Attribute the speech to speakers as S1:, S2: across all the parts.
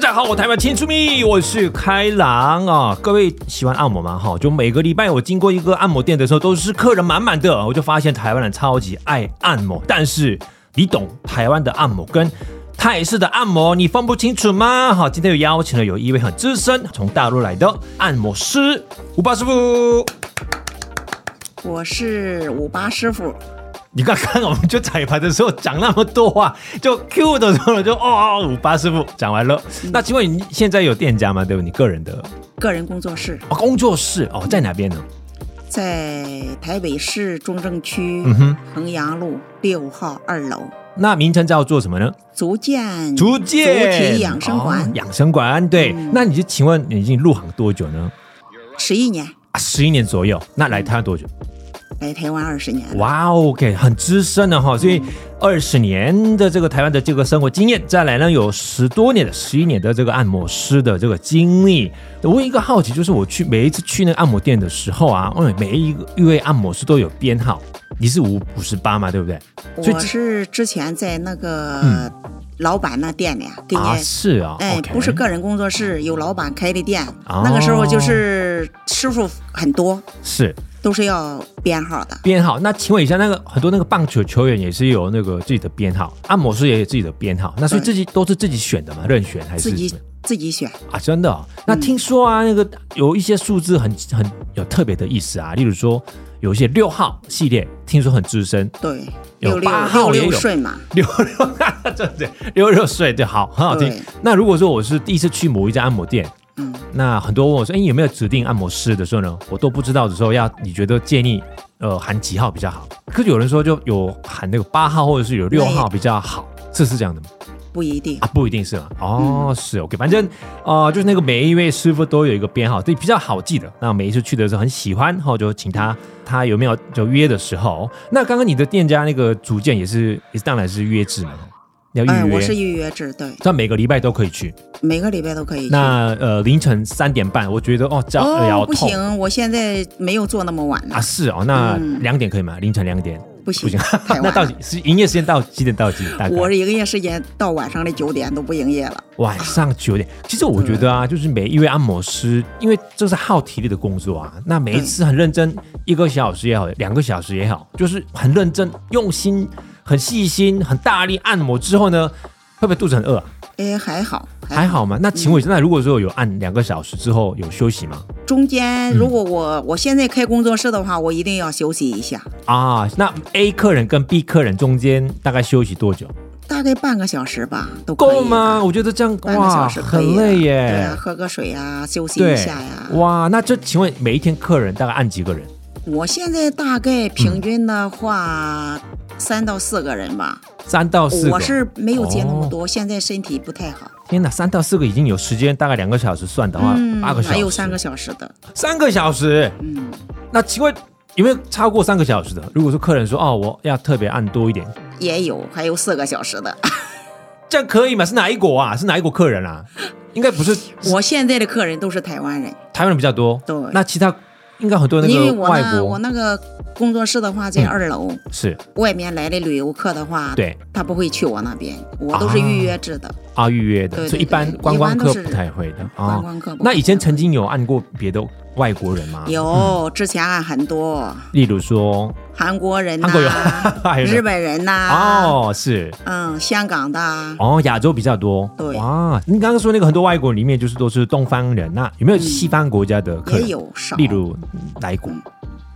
S1: 家好，我台湾天出咪，我是开朗啊。各位喜欢按摩吗？哈，就每个礼拜我经过一个按摩店的时候，都是客人满满的，我就发现台湾人超级爱按摩。但是你懂台湾的按摩跟泰式的按摩，你分不清楚吗？好，今天又邀请了有一位很资深从大陆来的按摩师胡巴师傅。
S2: 我是五八师傅，
S1: 你刚刚我们就彩排的时候讲那么多话，就 Q 的时候就哦哦五八师傅讲完了。那请问你现在有店家吗？对吧？你个人的
S2: 个人工作室
S1: 哦工作室哦在哪边呢？
S2: 在台北市中正区
S1: 嗯哼，
S2: 衡阳路六号二楼，
S1: 那名称叫做什么呢？
S2: 足健
S1: 竹健
S2: 足体养生
S1: 哦
S2: 馆，
S1: 养生馆对。
S2: 嗯
S1: 那你就请问你已经入行多久呢？
S2: 十一年，
S1: 啊，十一年左右。那来台湾多久？
S2: 来台湾二十年了。
S1: 哇哦，OK，很资深了哈，所
S2: 嗯
S1: 以二十年的这个台湾的这个生活经验，再来呢有十多年的、十一年的这个按摩师的这个经历。我有一个好奇，就是我去每一次去那个按摩店的时候啊，嗯，每一个一位按摩师都有编号，你是五五十八嘛，对不对？所以这
S2: 我是之前在那个
S1: 嗯
S2: 老板那店里啊，给
S1: 啊，
S2: 你。
S1: 是啊，
S2: 哎，
S1: OK
S2: 不是个人工作室，有老板开的店。
S1: 哦
S2: 那个时候就是师傅很多，
S1: 是
S2: 都是要编号的。
S1: 编号。那请问一下，那个很多那个棒球球员也是有那个自己的编号，按摩师也有自己的编号，那所以
S2: 对
S1: 自己都是自己选的嘛，任选还是
S2: 自己嗯
S1: 怎么样
S2: 自己选。
S1: 啊，真的哦、那听说啊，那个有一些数字很很有特别的意思啊，例如说有一些六号系列，听说很资深，
S2: 对，
S1: 有
S2: 六六
S1: 八号
S2: 六
S1: 也有
S2: 六顺嘛，
S1: 六六，对对，六六岁就好，很好听
S2: 对。
S1: 那如果说我是第一次去某一家按摩店，
S2: 嗯，
S1: 那很多人问我说，哎，你有没有指定按摩师的时候呢？我都不知道的时候，要你觉得建议呃喊几号比较好？可是有人说就有喊那个八号或者是有六号比较好，这是这样的吗？
S2: 不一定
S1: 啊，。不一定是吗？
S2: 嗯
S1: 哦，是 OK，反正呃，就是那个每一位师傅都有一个编号，对，比较好记的。那每一次去的时候很喜欢，然后就请他，他有没有就约的时候？那刚刚你的店家那个组件也是，也是当然是约制嘛，要预约。
S2: 哎，我是预约制，对，
S1: 那每个礼拜都可以去。
S2: 每个礼拜都可以去。
S1: 那呃，凌晨三点半，我觉得哦，这样
S2: 哦
S1: 要，
S2: 不
S1: 痛
S2: 行，我现在没有做那么晚呢
S1: 啊，，是哦，那
S2: 嗯
S1: 两点可以吗？凌晨两点不
S2: 不行
S1: 行，
S2: 太
S1: 那
S2: 晚
S1: 到
S2: 了
S1: 底。是营业时间到几点到几点？大概
S2: 我这营业时间到晚上的九点都不营业了，
S1: 晚上九点，其实我觉得
S2: 嗯
S1: 啊，就是每一位按摩师，因为这是耗体力的工作啊，那每一次很认真，一个小时也好，两个小时也好，就是很认真、用心、很细心、很大力按摩之后呢，会不会肚子很饿啊、
S2: 哎，嗯还好，
S1: 还。好吗？那请问一下，那如果说有按两个小时之后有休息吗？
S2: 中间
S1: 嗯
S2: 如果我我现在开工作室的话，我一定要休息一下，
S1: 啊，那 A 客人跟 B 客人中间大概休息多久？
S2: 大概半个小时吧，都可以
S1: 够吗？
S2: 的？
S1: 我觉得这样
S2: 半个
S1: 哇，
S2: 小时可以
S1: 很
S2: 的
S1: 累
S2: 对
S1: 耶
S2: 呀，。喝个水呀，休息一
S1: 对
S2: 下呀。
S1: 哇，那这请问每一天客人大概按几个人？
S2: 我现在大概
S1: 嗯
S2: 平均的话，三到四个人吧。
S1: 三到四个。哦
S2: 我是没有接那么多，现在身体不太好。
S1: 天哪，三到四个已经有时间，大概两个小时算的话，啊八个小时，
S2: 嗯还有三个，小时的，
S1: 三个小时。
S2: 嗯，
S1: 那请问有没有超过三个小时的？如果说客人说哦，我要特别按多一点，
S2: 也有还有四个小时 的。
S1: 这样可以吗？是哪一国啊？是哪一国客人啊？应该不是
S2: 我现在的客人都是台湾人，
S1: 台湾人比较多，
S2: 对
S1: 那其他应该很多那
S2: 因为
S1: 个
S2: 我
S1: 外
S2: 那我
S1: 国
S2: 那个工作室的话在二楼，
S1: 是
S2: 外面来的旅游客的话，
S1: 对
S2: 他不会去我那边，我都是预约制的，
S1: 啊预约的，
S2: 对对
S1: 所以一般
S2: 对
S1: 观
S2: 一
S1: 光
S2: 般都
S1: 客
S2: 是
S1: 不太会的
S2: 观
S1: 啊。
S2: 光客不会。
S1: 那以前曾经有按过别的外国人吗？，
S2: 有之前啊很多
S1: 例如说
S2: 韩国人
S1: 韩国有，
S2: 呐、
S1: 还有呢
S2: 日本人呐、
S1: 哦是
S2: 嗯，香港的啊，
S1: 哦，亚洲比较多。
S2: 对
S1: 哇，你刚刚说那个很多外国人里面就是都是东方人，那有没有西方国家的客
S2: 嗯也
S1: 人？，
S2: 有嗯少，
S1: 例如哪一国？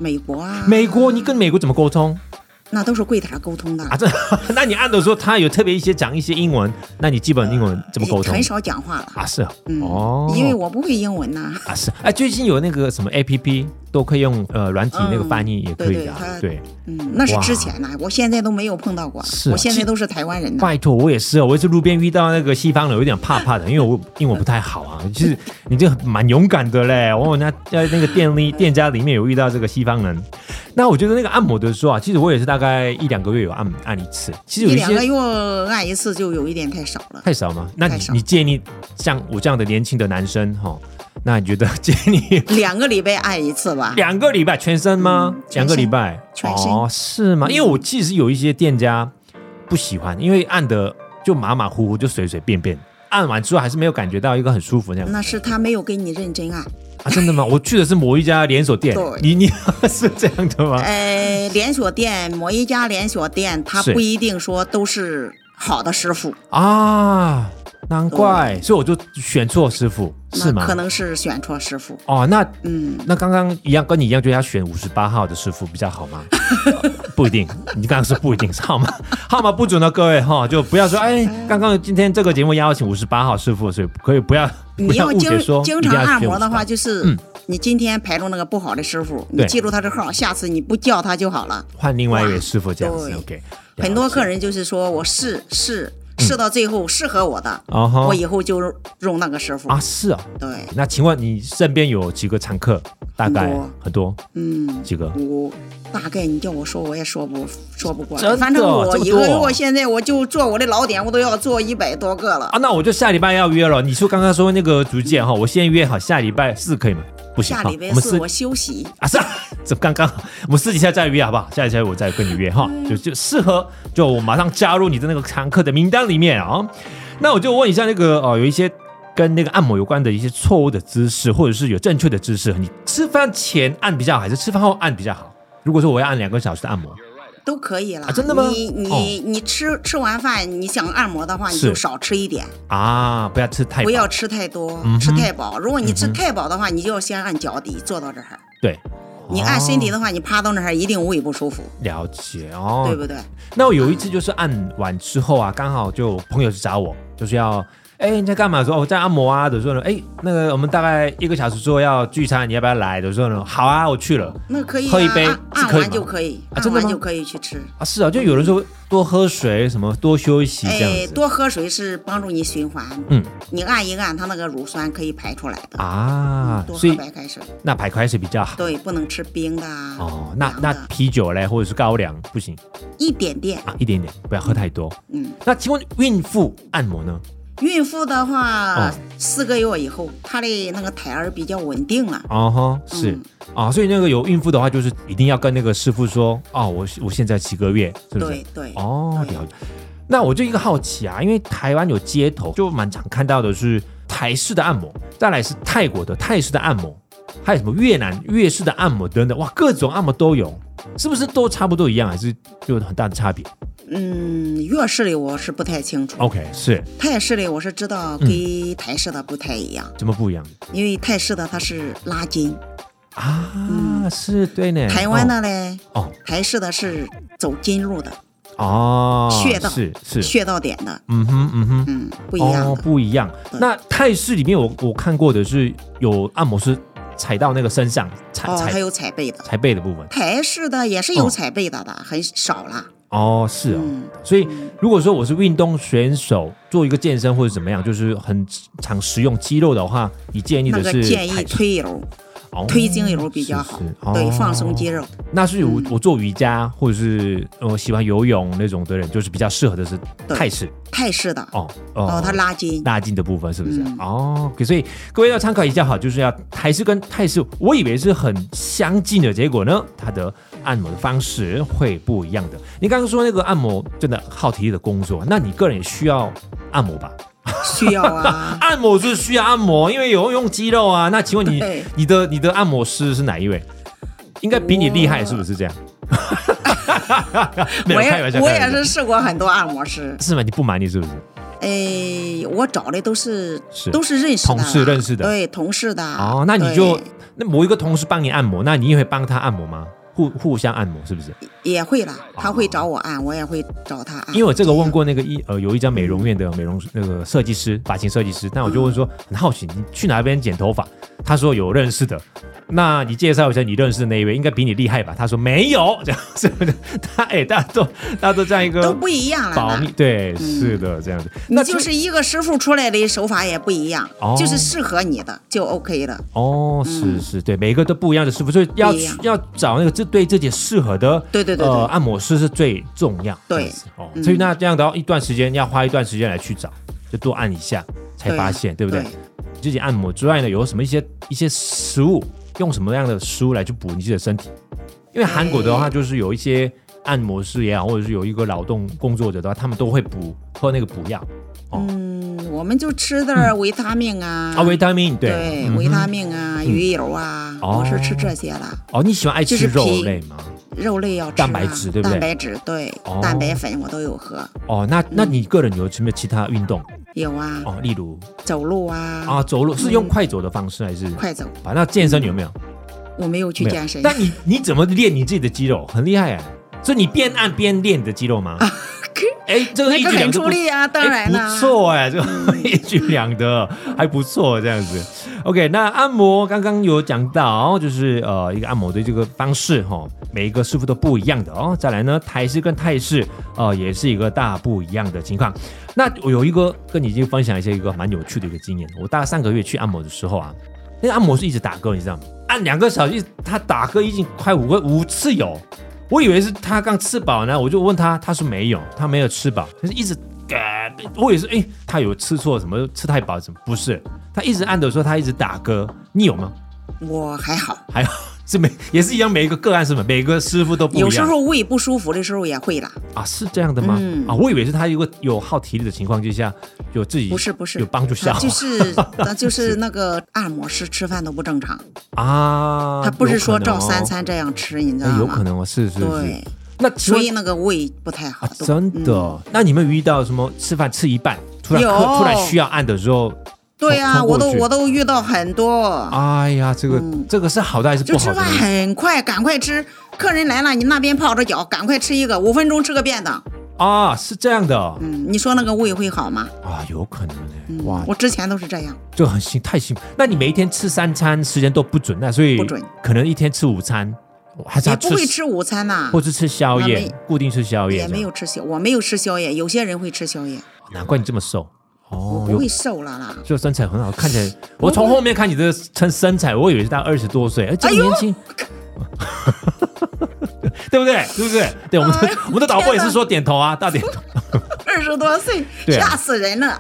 S2: 美国啊，
S1: 美国，你跟美国怎么沟通
S2: 那都是柜台沟通的
S1: 啊？这 那你按的时候，他有特别一些讲一些英文，那你基本英文怎么沟通
S2: 呃很？少讲话了。
S1: 啊，是啊
S2: 嗯，
S1: 哦，
S2: 因为我不会英文呐、
S1: 啊是哎，最近有那个什么 A P P 都可以用呃软体那个翻译也可以的啊，
S2: 嗯嗯对对
S1: 对。
S2: 它嗯，那是
S1: 哇
S2: 之前呐、我现在都没有碰到过，
S1: 是啊
S2: 我现在都是台湾人呐、
S1: 拜托，我也是啊，我也是路边遇到那个西方人，有点怕怕的，因为我英文不太好啊。其实你这蛮勇敢的嘞，我那在那个店里店家里面有遇到这个西方人。那我觉得那个按摩的时候啊，其实我也是大概一两个月有按按一次，其实有
S2: 一
S1: 一
S2: 两个
S1: 些
S2: 月按一次就有一点太少 了。
S1: 太少吗？那你
S2: 太少
S1: 你建议像我这样的年轻的男生哈、那你觉得 建议
S2: 两个礼拜按一次吧，
S1: 两个礼拜全身吗？
S2: 嗯全
S1: 两
S2: 身
S1: 个礼拜
S2: 全身嗯
S1: 哦，是吗？因为我其实有一些店家不喜欢，因为按的就马马虎虎，就随随便便。按完之后还是没有感觉到一个很舒服那样。
S2: 那是他没有给你认真啊。
S1: 啊，真的吗？我去的是某一家连锁店
S2: 对，
S1: 你你是这样的吗？
S2: 呃，连锁店某一家连锁店，他
S1: 啊是
S2: 不一定说都是好的师傅，
S1: 啊，难怪，所以我就选错师傅，是
S2: 那
S1: 吗
S2: 可？能是选错师傅。
S1: 哦，那
S2: 嗯，
S1: 那刚刚一样，跟你一样，就要选五十八号的师傅比较好吗？ 呃不一定，你刚刚说不一定，是号码 号码不准的，各位哈、就不要说哎，刚刚今天这个节目邀请五十八号师傅，所以可以不要不
S2: 你
S1: 要
S2: 要
S1: 误
S2: 经
S1: 解说
S2: 经
S1: 一定
S2: 常
S1: 要
S2: 按
S1: 选
S2: 摩的
S1: 58
S2: 话，就是你今天排中那个不好的师傅，
S1: 嗯
S2: 你
S1: 对
S2: 记住他的号，下次你不叫他就好了。
S1: 换另外一位师傅这样子
S2: 对
S1: ，OK。
S2: 很多客人就是说我试试试到最后适合我的，
S1: 啊哈
S2: 我以后就用那个师傅。
S1: 啊，是啊。
S2: 对，
S1: 那请问你身边有几个常客？大概
S2: 很多
S1: 很多
S2: 嗯，
S1: 几个？
S2: 我大概你叫我说我也说不说不过
S1: 真的
S2: 来，反正我
S1: 这么
S2: 一
S1: 多
S2: 个月现在我就做我的老点，我都要做一百多个了
S1: 啊，。那我就下礼拜要约了。你说刚刚说那个竹见哈，我先约好下礼拜四可以吗？不行
S2: 下
S1: 哈，
S2: 礼拜
S1: 我们
S2: 四
S1: 私
S2: 我休息，
S1: 啊是啊， 这刚刚好我们私底下再约好不好？下礼拜我再跟你约哈，就就适合就我马上加入你的那个常客的名单里面啊。那我就问一下那个哦，有一些跟那个按摩有关的一些错误的姿势，或者是有正确的姿势，你吃饭前按比较好，还是吃饭后按比较好？如果说我要按两个小时的按摩，
S2: 都可以了。
S1: 啊真的吗
S2: 你你你吃吃完饭，你想按摩的话，你
S1: 是
S2: 就少吃一点，
S1: 啊，不要吃太饱嗯
S2: 不要吃太多，吃太饱。如果你吃太饱的话，你就要先按脚底坐到这儿。
S1: 对，
S2: 你按身体
S1: 哦、
S2: 的话，你趴到那儿一定胃不舒服，
S1: 了解哦，
S2: 对不对？
S1: 那我有一次就是按完之后啊，刚好就朋友就找我，就是要，哎、你在干嘛？说哦，我在按摩啊。的时候呢，哎、那个我们大概一个小时之后要聚餐，你要不要来？的时候呢，好啊，我去了。
S2: 那可以、啊，
S1: 喝一杯
S2: 按
S1: 是
S2: 按
S1: 可以
S2: 完
S1: 吗
S2: 就可以，
S1: 啊真
S2: 按
S1: 的
S2: 完
S1: 吗
S2: 就可以去吃。
S1: 啊，是啊，就有人说多喝水，什么多休息这样
S2: 哎，
S1: 子。
S2: 多喝水是帮助你循环，
S1: 嗯
S2: 你按一按，它那个乳酸可以排出来的。
S1: 啊，
S2: 多
S1: 所
S2: 喝
S1: 以
S2: 白开水，
S1: 那排开水比较好。
S2: 对，不能吃冰的啊。
S1: 哦，那
S2: 凉
S1: 那
S2: 的
S1: 啤酒嘞，或者是高粱不行
S2: 一点点，
S1: 啊，一点点，不要喝太多。
S2: 嗯，
S1: 那请问孕妇按摩呢？
S2: 孕妇的话
S1: 哦，
S2: 四个月以后，她的那个胎儿比较稳定了。
S1: 哦哈，是、
S2: 嗯
S1: 啊，所以那个有孕妇的话，就是一定要跟那个师傅说，哦，我我现在七个月，是不是？
S2: 对对，
S1: 哦，
S2: 对
S1: 了解。那我就一个好奇啊，因为台湾有街头就蛮常看到的是台式的按摩，再来是泰国的泰式的按摩，还有什么越南越式的按摩等等，哇，各种按摩都有，是不是都差不多一样，还是有很大的差别
S2: 嗯，粤式的我是不太清楚，
S1: ？OK，是
S2: 泰式的我是知
S1: 嗯
S2: 道跟台式的不太一样，
S1: 怎么不一样
S2: 因为泰式的它是拉筋，
S1: 啊？是对呢，
S2: 嗯台湾的嘞，
S1: 嗯哦
S2: 台式的是走筋路的，
S1: 哦，
S2: 穴道
S1: 是是，
S2: 穴道点的，
S1: 嗯哼嗯哼。
S2: 嗯，不一样
S1: 哦
S2: 的，，
S1: 不一样。
S2: 对
S1: 那泰式里面我我看过的是有按摩师踩到那个身上踩
S2: 哦，还
S1: 踩
S2: 有踩背的。
S1: 踩背的部分。
S2: 台式的也是有
S1: 哦
S2: 踩背的的，很少了。
S1: 哦，是哦。
S2: 嗯
S1: 所以如果说我是运动选手，做一个健身或者怎么样，就是很常使用肌肉的话，你建议
S2: 那
S1: 的
S2: 个
S1: 是
S2: 建议
S1: 泰式
S2: 推揉、
S1: 哦
S2: 推筋揉比较好
S1: 是是，
S2: 对
S1: 哦，
S2: 放松肌肉。嗯
S1: 那是我我做瑜伽或者是我喜欢游泳那种的人，就是比较适合的是
S2: 对
S1: 泰式
S2: 泰式的，
S1: 哦
S2: 哦，它拉筋，
S1: 拉筋的部分是不是？
S2: 嗯
S1: 哦，所以各位要参考一下哈，就是要还是跟泰式，我以为是很相近的，结果呢，它的按摩的方式会不一样的。你刚刚说那个按摩真的耗体力的工作，那你个人也需要按摩吧？
S2: 需要啊。
S1: 按摩是需要按摩，因为有用肌肉啊。那请问你
S2: 对
S1: 你的你的按摩师是哪一位？应该比你厉害是不是这样？ 没有
S2: 我
S1: 开玩笑，
S2: 也我
S1: 开
S2: 也
S1: 玩笑
S2: 是试过很多按摩师，
S1: 是吗？你不瞒你是不是？
S2: 哎，我找的都是
S1: 是
S2: 都是认识的啦，
S1: 同事认识的
S2: 对同事的。
S1: 哦，那你就
S2: 对
S1: 那某一个同事帮你按摩，那你也会帮他按摩吗？互互相按摩是不是？
S2: 也会啦，他会找我按，我也会找他按。
S1: 哦因为我这个问过那个一呃有一家美容院的美容那个设计师、发型设计师，那我就问说很好奇你去哪边剪头发？他说有认识的，那你介绍一下你认识的那一位，应该比你厉害吧？他说没有， 这样是不是？他哎、大家都大家都这样一
S2: 都
S1: 个
S2: 不一样了
S1: 保
S2: 啦
S1: 密，对，是的，这样子，
S2: 你
S1: 这
S2: 就是一个师傅出来的手法也不一样
S1: 哦，
S2: 就是适合你的就 OK 了。
S1: 哦，是是，对，每个都不一样的师傅，所以要
S2: 嗯不一样
S1: 要找那个自对自己适合的，
S2: 对对对
S1: 呃，
S2: 对
S1: 按摩师是最重要，
S2: 对
S1: 这
S2: 嗯
S1: 样子哦，所以那这样的话一段时间要花一段时间来去找，就多按一下才
S2: 对啊
S1: 发现，对不对
S2: 对？
S1: 自己按摩之外呢，有什么一些一些食物，用什么样的食物来去补你自己的身体？因为韩国的
S2: 哎
S1: 话，就是有一些按摩师也好，或者是有一个劳动工作者的话，他们都会补喝那个补药，哦
S2: 嗯，我们就吃点儿维他命啊，
S1: 啊，维他命对
S2: 对、
S1: 嗯
S2: 维他命啊、鱼油啊，
S1: 哦
S2: 我是吃这些了。
S1: 哦，你喜欢爱吃
S2: 就是
S1: 肉
S2: 皮
S1: 类吗？
S2: 肉类要吃、啊、
S1: 蛋白质对不对
S2: 蛋白质对、
S1: 哦
S2: 蛋白粉我都有喝，
S1: 哦，那那你个人有什么其他运动？
S2: 有啊，
S1: 哦，例如
S2: 走路啊，
S1: 啊，走路是用快走的方式还是？
S2: 快走，
S1: 啊，那健身有没有？
S2: 我没有去
S1: 没有
S2: 健身，
S1: 但你你怎么练你自己的肌肉？很厉害哎！所以你边按边练你的肌肉吗？哎，这个一举
S2: 啊那个
S1: 两
S2: 很
S1: 得
S2: 出
S1: 不
S2: 力啊，当然啦、嗯
S1: 哎不错哎，这个 一举两得还不错，这样子。OK，那按摩刚刚有讲到，就是呃一个按摩的这个方式哈、哦，每一个师傅都不一样的哦。再来呢，台式跟泰式呃也是一个大不一样的情况。那我有一个跟你已经分享一下一个蛮有趣的一个经验，我大概上个月去按摩的时候啊，那个按摩是一直打嗝，你知道吗？按两个小时，他打嗝已经快五个五次有。我以为是他刚吃饱呢，我就问他，他说没有，他没有吃饱，就是一直嘎。我也是，诶，他有吃错什么？吃太饱什么？不是，他一直按的时候，他一直打嗝。你有吗？
S2: 我还好，
S1: 还有是每 也是一样，每一个个案是吗？每个师傅都不一样。
S2: 有时候胃不舒服的时候也会啦，
S1: 啊，是这样的吗？
S2: 嗯
S1: 啊，我以为是他有个有耗体力的情况之下，有自己
S2: 不是不是，
S1: 有帮助消
S2: 啊
S1: 化
S2: 就是啊就是那个按摩师吃饭都不正常，
S1: 啊，
S2: 他不是说照三
S1: 餐，
S2: 餐这样吃，你知道
S1: 哎
S2: 吗？
S1: 有可能哦，是是是
S2: 对。，
S1: 那请
S2: 所
S1: 问
S2: 以那个胃不太好，
S1: 啊，
S2: 都嗯
S1: 真的、那你们有遇到什么吃饭吃一半，突然
S2: 有
S1: 客突然需要按的时候，
S2: 对呀、
S1: 冲
S2: 我
S1: 过
S2: 都
S1: 去
S2: 我都遇到很多。
S1: 哎呀，这个、这个是好的还是
S2: 嗯就
S1: 不好
S2: 吃
S1: 的
S2: 饭
S1: 呢？
S2: 很快，赶快吃。客人来了，你那边泡着脚，赶快吃一个，五分钟吃个便当。
S1: 啊，是这样的哦、
S2: 嗯，你说那个胃会好吗？
S1: 啊，有可能呢、
S2: 嗯
S1: 哇，
S2: 我之前都是这样。
S1: 就很辛太辛苦。那你每一天吃三餐时间都不准，那所以
S2: 不准
S1: 可能一天吃午餐，还是
S2: 也
S1: 要
S2: 不会吃午餐呐、
S1: 或是吃宵
S2: 那
S1: 夜
S2: 没，
S1: 固定吃宵夜，
S2: 也没有吃宵，我没有吃宵夜。有些人会吃宵
S1: 这
S2: 夜，
S1: 样，难怪你这么瘦
S2: 我
S1: 哦，
S2: 不
S1: 有
S2: 会瘦了啦。
S1: 就身材很好，看起来我从后面看你的身身材，我以为是大概二十多岁，哎，这么年轻。 对不对？对不对？对我们的、
S2: 哎呦
S1: 我们的导播也是说点头啊，大点头。
S2: 二十多岁，
S1: 对啊
S2: 吓死人了。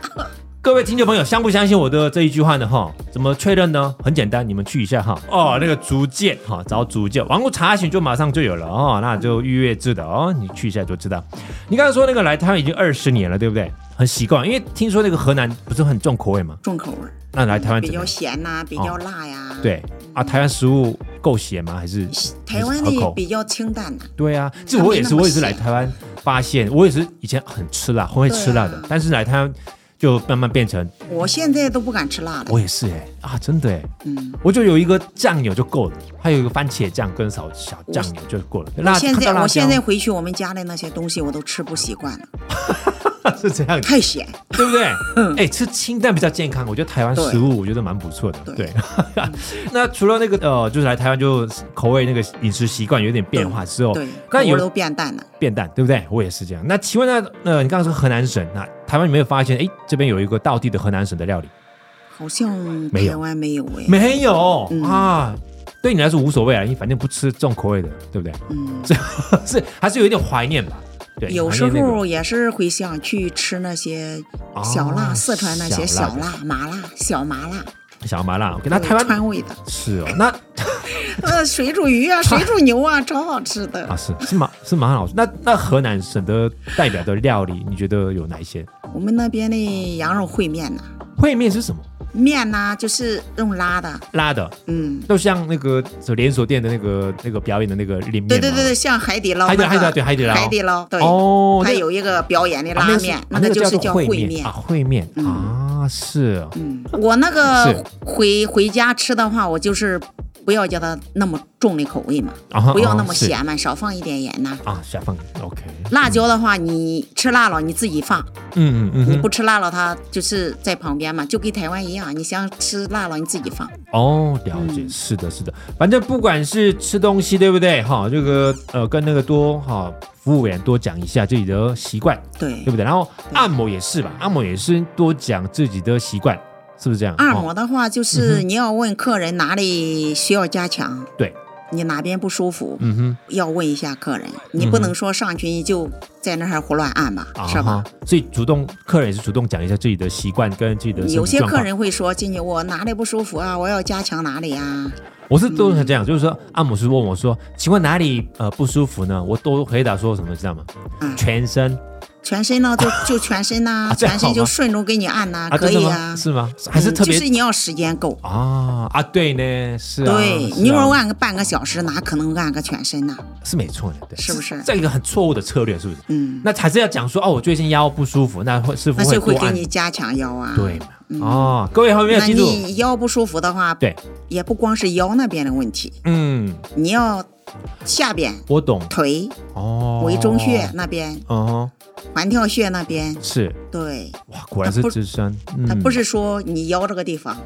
S1: 各位听众朋友，相不相信我的这一句话呢？哈，怎么确认呢？很简单，你们去一下哈。哦，那个竹剑哈，找竹剑，网络查询就马上就有了哦。那就预约制的哦，你去一下就知道。你刚才说那个来台湾已经二十年了，对不对？很习惯，因为听说那个河南不是很重口味吗？
S2: 重口味儿，
S1: 那来台湾
S2: 比
S1: 怎么
S2: 较
S1: 样？
S2: 咸呐、比较辣呀、，
S1: 对啊，台湾食物够咸吗？还是
S2: 台湾
S1: 还是合
S2: 的
S1: 口
S2: 比较清淡呐、
S1: 对啊，这
S2: 它
S1: 我
S2: 没
S1: 也
S2: 那
S1: 是，
S2: 么
S1: 我也是来
S2: 咸
S1: 台湾发现，我也是以前很吃辣，很会吃辣的，
S2: 对啊
S1: 但是来台湾就慢慢变成，
S2: 我现在都不敢吃辣了。
S1: 我也是哎、啊，真的哎、
S2: 嗯，
S1: 我就有一个酱油就够了，还有一个番茄酱跟少小酱油就够了。辣
S2: 现
S1: 看到
S2: 在
S1: 辣
S2: 我
S1: 椒
S2: 现在回去，我们家的那些东西我都吃不习惯了，
S1: 是这样，
S2: 太咸。
S1: 对不对？
S2: 嗯
S1: 哎、吃清淡比较健康，我觉得台湾食物我觉得蛮不错的。对，
S2: 对
S1: 那除了那个呃，就是来台湾就口味那个饮食习惯有点变化之后，
S2: 对，
S1: 哦那
S2: 口味
S1: 有
S2: 都变淡了。
S1: 变淡，对不对？我也是这样。那请问呢？呃，你刚刚说河南省，那台湾有没有发现？哎，这边有一个道地的河南省的料理？
S2: 好像
S1: 没有
S2: 台湾没有哎，
S1: 没有、
S2: 嗯
S1: 啊，对你来说无所谓啊，你反正不吃重口味的，对 不对？
S2: 嗯，
S1: 是还是有一点怀念吧？对，
S2: 有
S1: 怀
S2: 时
S1: 念那个
S2: 候也是回乡去吃那些
S1: 啊
S2: 小辣，四川那些
S1: 小辣
S2: 小辣、麻辣、小麻辣，
S1: 小麻辣。OK，那
S2: 有
S1: 台湾
S2: 川味的，
S1: 是哦，那
S2: 呃，水煮鱼啊，水煮牛啊，超好吃的
S1: 啊。是是麻是麻辣老师。那那河南省的代表的料理，你觉得有哪一些？
S2: 我们那边的羊肉烩面呐，
S1: 烩面是什么？
S2: 面呐就是用拉的，
S1: 辣的，
S2: 嗯，
S1: 就像那个连锁店的那个那个表演的那个里面吗，
S2: 对对对对，像海底捞
S1: 海
S2: 那
S1: 底
S2: 个，
S1: 海底捞对海底捞
S2: 海底捞，对，
S1: 哦
S2: 它
S1: 那个
S2: 有一个表演的
S1: 啊
S2: 拉
S1: 那是
S2: 面
S1: 啊，
S2: 个就
S1: 叫
S2: 是
S1: 做
S2: 叫
S1: 烩
S2: 烩
S1: 面啊，烩面啊，是哦
S2: 嗯，我那
S1: 是
S2: 个回回家吃的话，我就是不要叫它那么重的口味嘛，
S1: 啊哈，
S2: 不要那
S1: 啊
S2: 么
S1: 是
S2: 咸嘛，少放一点盐呐、
S1: 啊，下放 OK，
S2: 辣椒的话，你吃辣了你自己放，
S1: 嗯嗯嗯
S2: 你
S1: 哼，
S2: 不吃辣了，它就是在旁边嘛，就跟台湾一样，你想吃辣了你自己放。
S1: 哦，了解，
S2: 嗯
S1: 是的，是的，反正不管是吃东西，对不对？哈，这个呃，跟那个多哈服务员多讲一下自己的习惯，
S2: 对
S1: 对，不对？然后按摩也是吧，按摩也是多讲自己的习惯，是不是这样？
S2: 按
S1: 哦
S2: 摩的话就是你要问客人哪里需要加强，
S1: 对，
S2: 你哪边不舒服，
S1: 嗯
S2: 要问一下客人，你不能说上去你就在那儿胡乱按吧，
S1: 哼，
S2: 是吧
S1: 啊哈？？所以主动客人也是主动讲一下自己的习惯跟自己的身体
S2: 有些
S1: 状
S2: 客
S1: 况
S2: 人会说进去我哪里不舒服啊，我要加强哪里啊。
S1: 我是都是这样，就是说按摩师问我说：“请问哪里呃不舒服呢？”我都回答说什么，知道吗？
S2: 嗯
S1: 全身
S2: 全身呢 就就全身呐、
S1: 啊这样
S2: 全身
S1: 好
S2: 就
S1: 吗
S2: 顺路给你按呐、可
S1: 真的
S2: 以
S1: 吗
S2: 啊，
S1: 是吗？还是特别、
S2: 嗯就是你要时间够。
S1: 啊啊，对呢，是啊，
S2: 对，
S1: 是
S2: 你说
S1: 啊
S2: 我按个半个小时，哪可能按个全身呐、
S1: 是没错的，对，
S2: 是不是
S1: 这一个很错误的策略，是不是？
S2: 嗯，
S1: 那还是要讲说哦，我最近腰不舒服，那会师傅
S2: 那就
S1: 多
S2: 会给
S1: 按
S2: 你加强腰啊。
S1: 对嘛？哦，各位还没有
S2: 那
S1: 记住？
S2: 你腰不舒服的话，
S1: 对，
S2: 也不光是腰那边的问题，
S1: 嗯，
S2: 你要下边、
S1: 我懂
S2: 腿、
S1: 哦，
S2: 委中穴，那边、
S1: 哦，
S2: 环跳穴那边，
S1: 是
S2: 对，
S1: 哇，果然是
S2: 它不
S1: 智商，
S2: 它
S1: 嗯，
S2: 不是说你腰这个地方，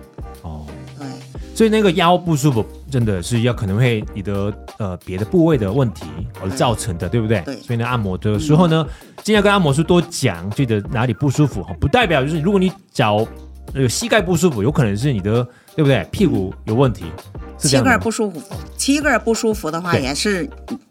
S1: 哦，
S2: 对，
S1: 所以那个腰不舒服真的是要可能会你的呃别的部位的问题而造成的，对不对？
S2: 对
S1: 所以呢，按摩的时候呢，尽量跟按摩师多讲，记得哪里不舒服哈，不代表就是如果你脚呃膝盖不舒服，有可能是你的对不对？屁股有问题，是这
S2: 膝
S1: 样
S2: 盖
S1: 的
S2: 不舒服，膝盖不舒服的话
S1: 对
S2: 也是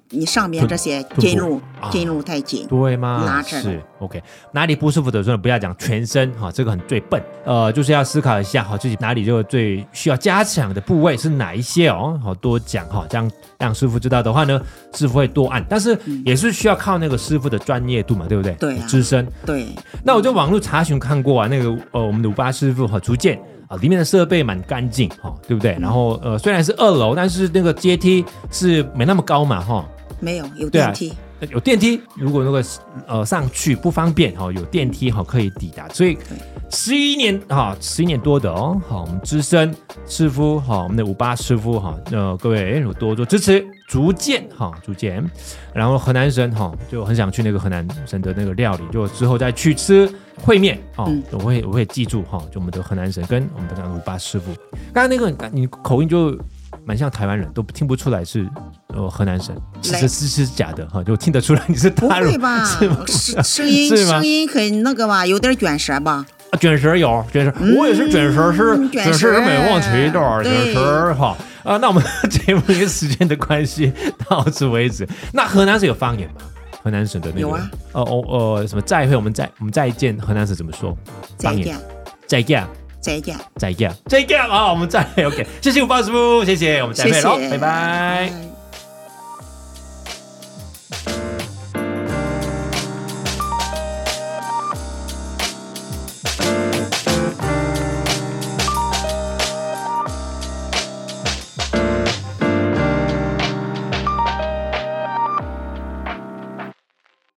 S2: 你你上边这些
S1: 臀部
S2: 筋络
S1: 啊
S2: 筋络太紧，
S1: 对吗？
S2: 拉扯
S1: 是 OK，哪里不舒服的时候不要讲全身哈、这个很最笨。呃，就是要思考一下哈、自己哪里就最需要加强的部位是哪一些哦，好多讲哈、这样让师傅知道的话呢，师傅会多按，但是也是需要靠那个师傅的专业度嘛，对不对？
S2: 嗯对啊
S1: 资深。
S2: 对，
S1: 那我就网络查询看过啊，那个呃，我们的五八师傅和竹建啊，里面的设备蛮干净哈、对不对？
S2: 嗯
S1: 然后呃，虽然是二楼，但是那个阶梯是没那么高嘛哈、
S2: 没有有
S1: 对啊
S2: 电梯，
S1: 呃有电梯，如果那个呃上去不方便哈、哦，有电梯哈、哦、可以抵达，所以十一年哈十一年多的哦，好、我们资深师傅哈、我们的五八师傅哈、呃各位有多多支持，逐渐哈逐渐，然后河南省哈、就很想去那个河南省的那个料理，就之后再去吃烩面哈、
S2: 嗯
S1: 我会我会记住哈、就我们的河南省跟我们的那个五八师傅，刚刚那个你口音就蛮像台湾人，都听不出来是呃河南省，是
S2: 来
S1: 是是是假的哈，就听得出来你是
S2: 不
S1: 大陆
S2: 会吧
S1: 是吗？？
S2: 声声音
S1: 是吗
S2: 声音很那个吧，有点卷舌吧？
S1: 啊卷舌有卷舌，我也是卷舌，是
S2: 嗯卷
S1: 卷舌
S2: 舌
S1: 没问题的，卷
S2: 对
S1: 舌哈。啊，那我们 节目因为时间的关系到此为止。那河南省有方言吗？河南省的那个
S2: 有啊，
S1: 呃哦呃什么再会，我们再我们再见，河南省怎么说？
S2: 再
S1: 方言
S2: 见，
S1: 再见
S2: 再见，
S1: 再见再见啊！我们再 OK，谢谢五八师傅，谢谢，我们再
S2: 谢
S1: 会
S2: 谢
S1: 喽，，拜拜。
S2: 嗯